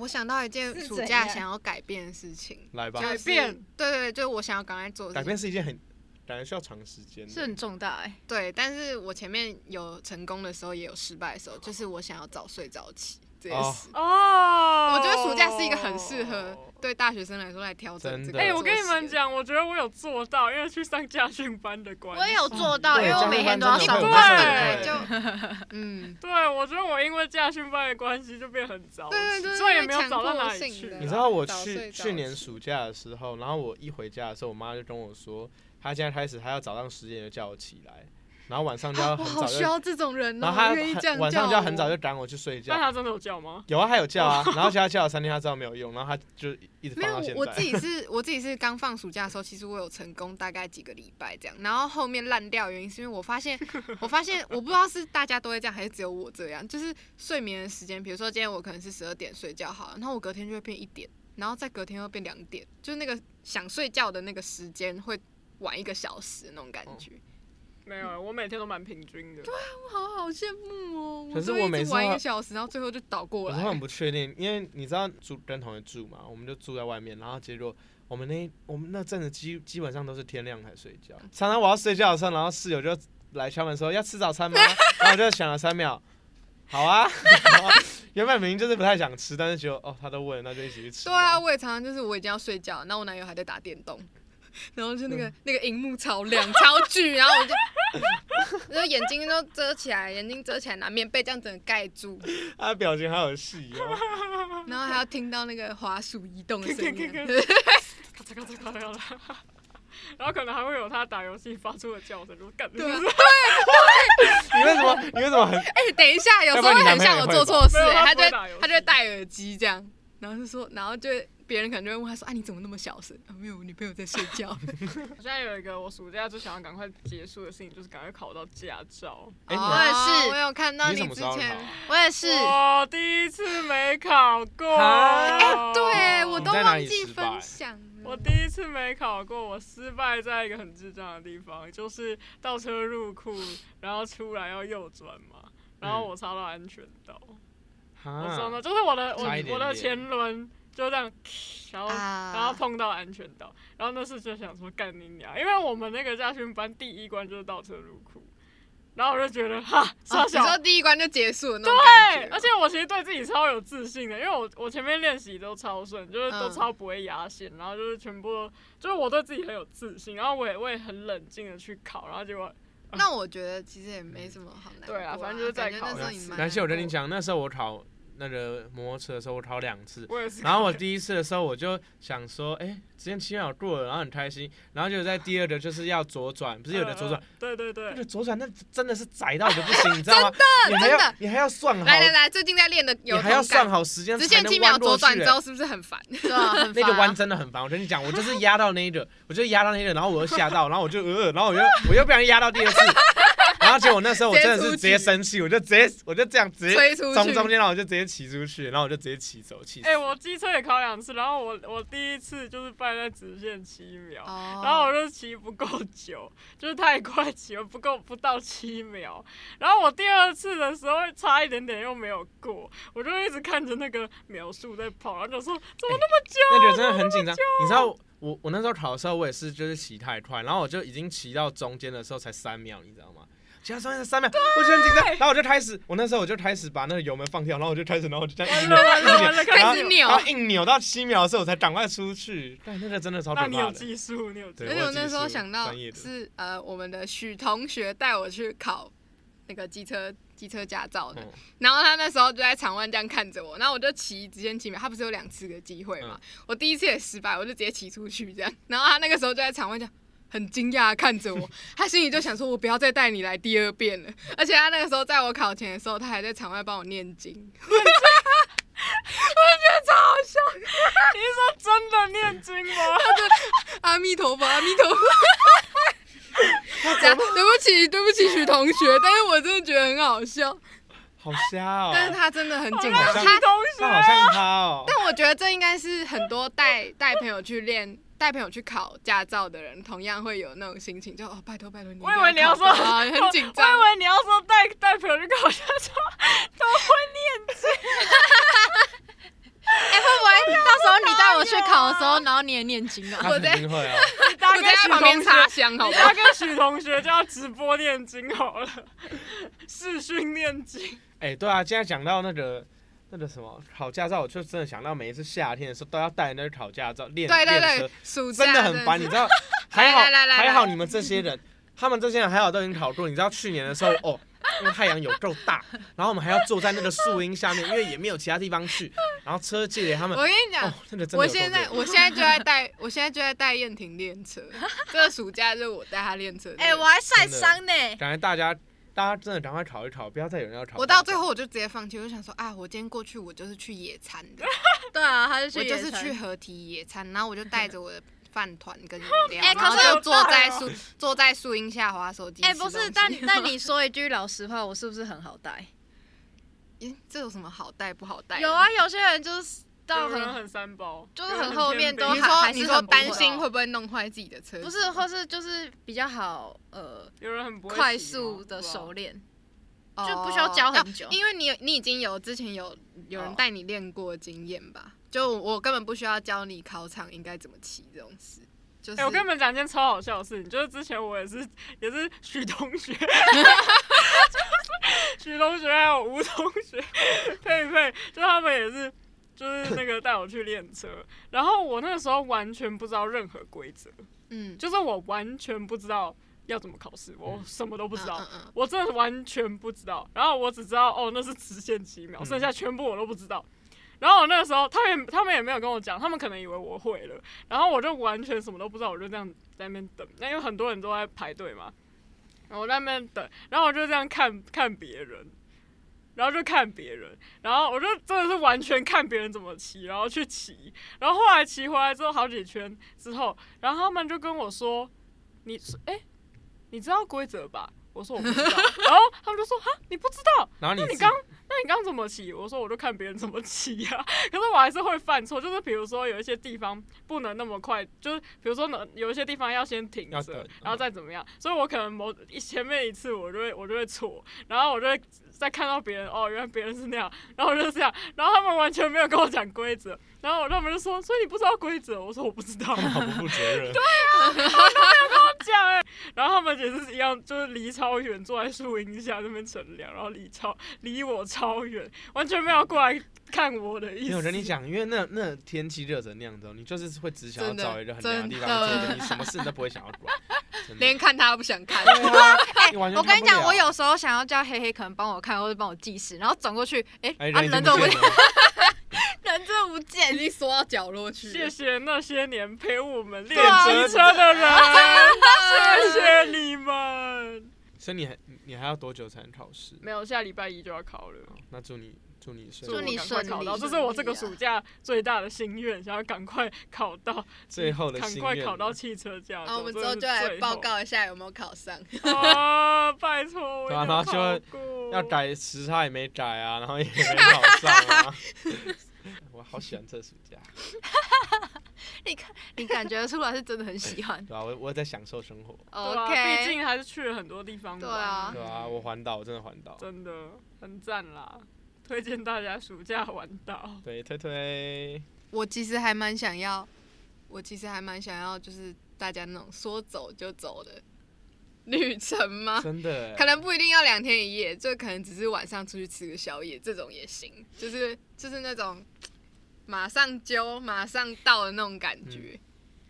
我想到一件
是
暑
怎
假
样
想要改变的事情，
来吧，
就
改
是
变，
对对对，就是我想要赶快做的
改
事情。
变是一件很感觉需要长时间
是
的。
很重大哎、
对，但是我前面有成功的时候，也有失败的时
哦
候，就是我想要早睡早起这件
哦
事。
哦。
我觉得暑假是一个很适合对大学生来说来调整这
真
个。
的
哎、我跟你们
讲。
讲，我觉得我有做到，因为去上家训班的关系。
我也有做到，
对
因为我每天都要上
这
样
班。
班
班
真
就
的
*laughs*
*laughs*
嗯，
对，我觉得我因为家训班的关系就变很早起，
对对对
所以也没有
因为
早到
强迫
哪里
性
去
的
啊。
你知道我
早
去
睡早
去年
起
暑假的时候，然后我一回家的时候，我妈就跟我说，她现在开始，她要早上十点就叫我起来，然后晚上就要
啊我
很
好
早
需
就，
要这种人
然
哦
后，她
愿意这
很
样
晚上就
叫
要很
我
早就赶我去睡
但
觉。
他真的有叫吗？
有啊，她有叫啊，然后叫她叫了三天，她知道没有用，然后她就一直
*laughs* 没
放
有
到现，
我自
在。
己是，我自己是刚放暑假的时候，其实我有成功大概几个礼拜这样，然后后面烂掉的原因是因为我
*laughs*
发现，我发现我不知道是大家都会这样，还是只有我这样，就是睡眠的时间，比如说今天我可能是十二点睡觉好了，然后我隔天就会变一点，然后再隔天又变两点，就是那个想睡觉的那个时间会晚一个小时那种感
哦
觉，
没有，我每天都蛮平均的。
我好好羡慕哦，
可是
都
我
一直
每次
玩一
都
个小时，然后最后就倒过
我
来
都，很不确定，因为你知道住跟同学住嘛，我们就住在外面，然后结果我们那我们那阵子基基本上都是天亮才睡
嗯
觉，常常我要睡觉的时候，然后室友就来敲门说要吃早
*laughs*
餐吗？然后我就想了三秒，好啊，然后原本明明就是不太想吃，但是觉得哦他都问了，那就一起去吃
对
吧。
啊，我也常常就是我已经要睡觉，然后我男友还在打电动，然后就那个、
嗯
那个荧幕超亮超巨，然后我就。然后眼睛都遮起来，眼睛遮起来，拿棉被这样整个盖住，
他的表情好有戏哦。
然后还要听到那个滑鼠移动的声音
*laughs*
咔
啊
咔咔，咔嚓咔嚓咔嚓咔嚓，然后可能还会有他打游戏发出的叫声，就干。
对啊
你为什么你为什么
*laughs*
很
哎、等一下，有时候会很像我做错事、
要不然
哎
你
他
男
就
朋友也会吧
会他就会戴耳机这样，然后就说，然后就会别人可能就会问他说，啊，你怎么那么小声？啊，没有，我女朋友在睡觉。
我现在有一个我暑假就想要赶快结束的事情，就是赶快考到驾照。
*laughs* 哎、
哦
我也是
我有看到
你你
你
什么
之
时候考
前，
啊？
我也是，
我第一次没考过。
啊哎
*laughs* 对我都
你在哪
忘
里
记
失败
分享了。
我第一次没考过，我失败在一个很智障的地方，就是倒车入库，然后出来要右转嘛，然后我插到安全岛，我真的
啊，
就是我的我
差一点点
我的前轮就这样，然后、
啊
然后碰到安全岛，然后那次就想说干你娘，因为我们那个驾训班第一关就是倒车入库，然后我就觉得哈傻
啊你
小
说第一关就结束了那种感
对，
觉
而且我其实对自己超有自信的，因为我我前面练习都超顺，就是都
嗯
超不会压线，然后就是全部都就是我对自己很有自信，然后我也我也很冷静的去考，然后结果
那我觉得其实也没什么好难过、
对啊反正就是再
感觉那
考
时候
一
你
次
蛮
南希，我跟
难
你
过
讲，那时候我考那个摩托车的时候，我考两次。
我也
*laughs*
是，
然后我第一次的时候，我就想说，哎、之前七秒过了，然后很开心。然后就在第二个就是要左转，不是有的左转，
嗯，嗯对对对
那，个左转那真的是窄到一个不行，你知道吗？你还
*laughs* 真
要
的
你还要算好，
来来来，最近在练的
你
有
还要
同
算
感。
好时间
直
才
线
能
七
弯
秒
过
左
去
转之
哎
后是不是很烦？
对啊，很
那个
烦啊
弯真的很烦，我跟你讲，我就是压到那一个， *laughs* 我就压到那一个，然后我又吓到，然后我就呃，然后我
*laughs*
又我又不小心压到第二次，然后结果那时候我真的是直接生气，我就直接我就这样直接
推出
从
去，
中间，然后我就直接骑出去，然后我就直接骑走，骑死。
哎、我机车也考两次，然后我我第一次就是败在直线七秒。
然
然后我就骑不够久，就是太快骑了，不够不到七秒。然后我第二次的时候差一点点又没有过，我就一直看着那个秒数在跑，然后就说怎么那么久？
*laughs* 那个真的很紧张，
哦
你知道我我那时候考的时候，我也是就是骑太快，然后我就已经骑到中间的时候才三秒，你知道吗？骑到中间才三秒，我就很紧张，然后我就开始，我那时候我就开始把那个油门放掉，然后我就开始，然后我哎就这样一扭，
完了
一扭
完了
然后
开始扭
然后硬扭到七秒的时候，我才赶快出去。但那个真的超可
那你有
怕的。
技术，你有技
对
而
术。
且
我
我
有
那
技
时候
术
想到
专业的
是呃，我们的许同学带我去考那个机车机车驾照的，
嗯
然后他那时候就在场外这样看着我，然后我就骑直线七秒，他不是有两次的机会嘛，
嗯
我第一次也失败，我就直接骑出去这样，然后他那个时候就在场外讲。很惊讶地看
*laughs*
着我，他心里就想说：“我不要再带你来第二遍了。”而且他那个时候在我考前的时候，他还在场外帮我念经。
你是说真的念经吗？
阿弥陀佛，阿弥陀佛。这样对不起，对不起，许同学，但是我真的觉得很好笑，
好瞎哦！
但是他真的 *laughs* 很紧
好
张。啊
像
他，
那好像他哦，
*laughs* 但我觉得这应该是很多带带朋友去练、带朋友去考驾照的人，同样会有那种心情，就哦，拜托拜托你一定
我
要
以为
考。
你要说
啊，很紧张
我。以为你要说带带朋友去考驾照，都会念经。
哎、会不会到时候你带我去考的时候，然后你也念经啊？
他肯定会啊。
你大
我
概
在他旁边插香，好
你
不
要
好？
跟许同学就要直播念经
*laughs*
好了，视讯念经。
哎，对啊，现在讲到那个那个什么考驾照，我就真的想到每一次夏天的时候都要带人家去考驾照练
对对
练车
对，，暑假
真的很烦，你
是
知道？还好
来来来
还好
来
你们这些人，他们这些人还好都已经考过。你知道去年的时候哦，因为太阳有够大，然后我们还要坐在那个树荫下面，因为也没有其他地方去，然后车借给他们。
我跟你讲
哦，，那个真的
我
有够
现在
热
我现在就在带，我现在就在带燕婷练车。这个暑假就是我带她练车的日子。
哎、我还晒伤呢。
感觉大家大家真的赶快考一考，不要再有人要考驾照。
我到最后我就直接放弃，我就想说啊，我今天过去我就是去野餐
*laughs*
的，
对啊，他就
我
去
就
野
是
餐
去合体野餐，然后我就带着我的饭团跟饮料，
*laughs* 哎
然后
可是
就
我
坐
大
在
哦
树坐在树荫下滑手机。
哎、
吃
不
东
是，
西 *laughs*
但但 *laughs* 你说一句老实话，我是不是很好带？
咦这有什么好带不好带？
有啊，，有些人就是到
有人
很
很三包，
就是
有人
很后面
天
都
兵
你
还
说
还
你
是
说
很不
担
会
心
啊
会不会弄坏自己的车？
不是，或是就是比较好呃
有人很不会
快
骑吗啊
速的熟，练，
哦，
就不需要教很久
啊因为你有你已经有之前有有人
哦
带你练过的经验吧？就我根本不需要教你考场应该怎么骑这种事。就
哎、
是、
我跟你们讲一件超好笑的事情，就是之前我也是也是许同
*laughs*
学，许同学还有吴同学、佩佩，就他们也是就是那个带我去练车，然后我那个时候完全不知道任何规则， *laughs*
嗯，
就是我完全不知道要怎么考试，我什么都不知道。
嗯嗯嗯
我真的完全不知道，然后我只知道哦，那是直线几秒，
嗯
剩下全部我都不知道。然后我那个时候，他们也他们也没有跟我讲，他们可能以为我会了，然后我就完全什么都不知道，我就这样在那边等。那因为很多人都在排队嘛，然后我在那边等，然后我就这样看看别人，然后就看别人，然后我就真的是完全看别人怎么骑，然后去骑。然后后来骑回来之后好几圈之后，然后他们就跟我说：“你哎、你知道规则吧？”我说我不知道， *laughs* 然后他们就说：“哈，你不知道？
然后
那
你
你
自
刚那你刚怎么骑？”我说：“我就看别人怎么骑呀、 *laughs* 可是我还是会犯错，就是比如说有一些地方不能那么快，就是比如说呢有一些地方要先停
要
着
等，
然后再怎么样。所以我可能某一前面一次我就会我就会错，然后我就会再看到别人哦，原来别人是那样，然后我就这样，然后他们完全没有跟我讲规则，然后他们就说，所以你不知道规则？我说我不知道。
好不负责
*laughs*
任。
讲哎、然后他们也是一样，就是离超远，坐在树荫下那边乘凉，然后离超离我超远，完全没有过来看我的意
因为
思。
我跟你讲，因为那那天气热成那样子哦，你就是会只想要
真的
找一个很凉的地方
真的
坐着，你什么事你都不会想要管，真的
*laughs* 连哎看他都不想看。
对
*laughs*
啊你完全
我跟你
看不
讲，
了
我有时候想要叫黑黑可能帮我看或者帮我计时，然后转过去，哎、
哎
啊
人已
人
经
怎
不
么
见了，
人真的不见
已？经缩到角落去
谢
了，
谢那些年陪我们练
啊
机车的人，谢谢你们。
所以你还你还要多久才能考试？
没有，下礼拜一就要考了。
那祝你祝你顺
祝我
利
你
赶快
顺
考
利
到，这是
顺
我这
利
个
啊
暑假最大的心愿，想要赶快考到，
最后的
赶
心
快
愿啊
考到
了。
汽车
啊
驾
然
照。
后啊我们
这
之后
是
就来
最
报
后。
告一下有没有考上。
啊，拜托，我一
对啊
定
然后
要
就
考
会
过
要改时差也没改啊，然后也没考上啊。 *laughs* 我好喜欢这暑假，
你看， *laughs* 你感觉出来是真的很喜欢 *laughs*
对。吧、我我在享受生活，
对啊
OK，
毕竟还是去了很多地方玩。
对啊
对吧、啊？我环岛，我真的环岛。
真的很赞啦，推荐大家暑假玩岛。
对，推推。
*laughs* 我其实还蛮想要，我其实还蛮想要，就是大家那种说走就走的旅程
啊
吗？
真的
可
欸，
能不一定要两天一夜，就可能只是晚上出去吃个宵夜，这种也行。就是就是那种马上揪、马上到的那种感觉。
嗯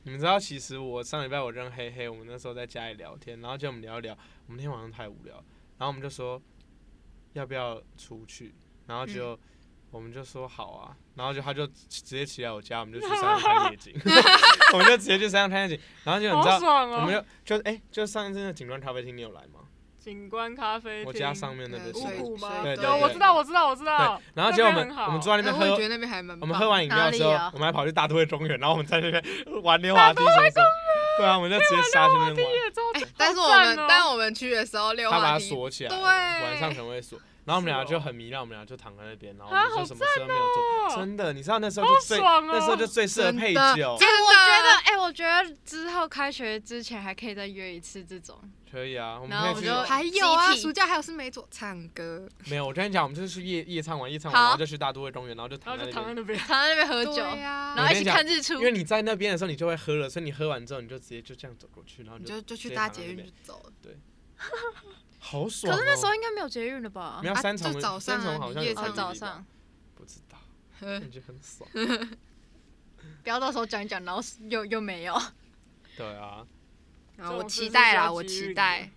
你们知道，其实我上礼拜我跟黑黑，我们那时候在家里聊天，然后就我们聊一聊，我们那天晚上太无聊，然后我们就说要不要出去，然后
嗯
就、我们就说好啊，然后就他就直接骑来我家，我们就去山
*laughs*
上看夜景，我们就直接去山上看夜景，然后就你知道，
好爽
我们
哦！
就就哎、就上一次那景观咖啡厅你有来吗？
景观咖啡厅，
我家上面那边
对
是
五
水
谷吗？
水
对对
有，
对
我知道，我知道，我知道
对。，然后
那
结果我
边
们
很好
我们坐在那
然
边
后哎
喝
我觉得那边还蛮棒
我们喝完饮料的时候，
哪里啊
我们还跑去大都会公园，然后我们在那边玩溜滑梯什么什么。对啊，我们就直接杀去那边玩，
夜照
哎、
好
*laughs* 但是我
赞
们、
哦
但我们去的时候溜
他把
滑
它
梯，
锁起来，
对
晚上可能会锁。然后我们俩
是哦
就很迷让我们俩就躺在那边，然后我
啊
们就什么事都没有做。
好赞哦
真的，你知道那时候就最
好爽哦
那时候就最适合配酒，
真的
我觉得，哎、我觉得之后开学之前还可以再约一次这种。
可以啊。我们
然后
可
我
以
们
去
就
还有啊，
集体
暑假还有是没做唱歌，
没有，我跟你讲，我们就是去夜夜唱完夜唱完，
好
然后就去大都会公园，然后就躺
然后
在
就
那
躺在
边。
那边。
躺在那边喝酒，
对啊
然后一起看日出
因。为你在那边的时候，你就会喝了，所以你喝完之后，你就直接就这样走过去，然后
你
你
就就
直
去
接
搭
躺在
捷
那
运就
边
走了。
好爽
可
哦。
是那时候应该没有捷运了吧
没？有
啊
三
就
重的，
早上
三重
啊
好
你
像有距
夜场
哦，
离
早
吧
上，
不知道，
呵
感觉很爽。
不要到时候讲一讲，然后又又没有。
对啊，
然后
这
我
种事
期
是
待
需
啦，
要
我
机
期
遇
待
的。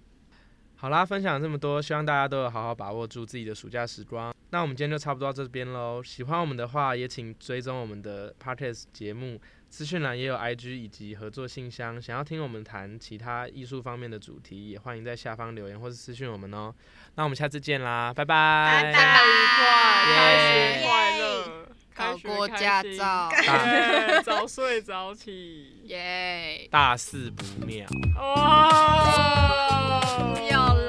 好啦，分享了这么多，希望大家都有好好把握住自己的暑假时光。那我们今天就差不多到这边喽。喜欢我们的话，也请追踪我们的 podcast 节目，资讯栏也有 IG 以及合作信箱。想要听我们谈其他艺术方面的主题，也欢迎在下方留言或是私讯我们哦。那我们下次见啦，拜拜，
假愉快，开
耶
学快乐，
考
开学
过
开
驾
心，
*laughs*
照，
耶早睡早起。
耶！ *laughs*
大事不妙。
哇！
要啦。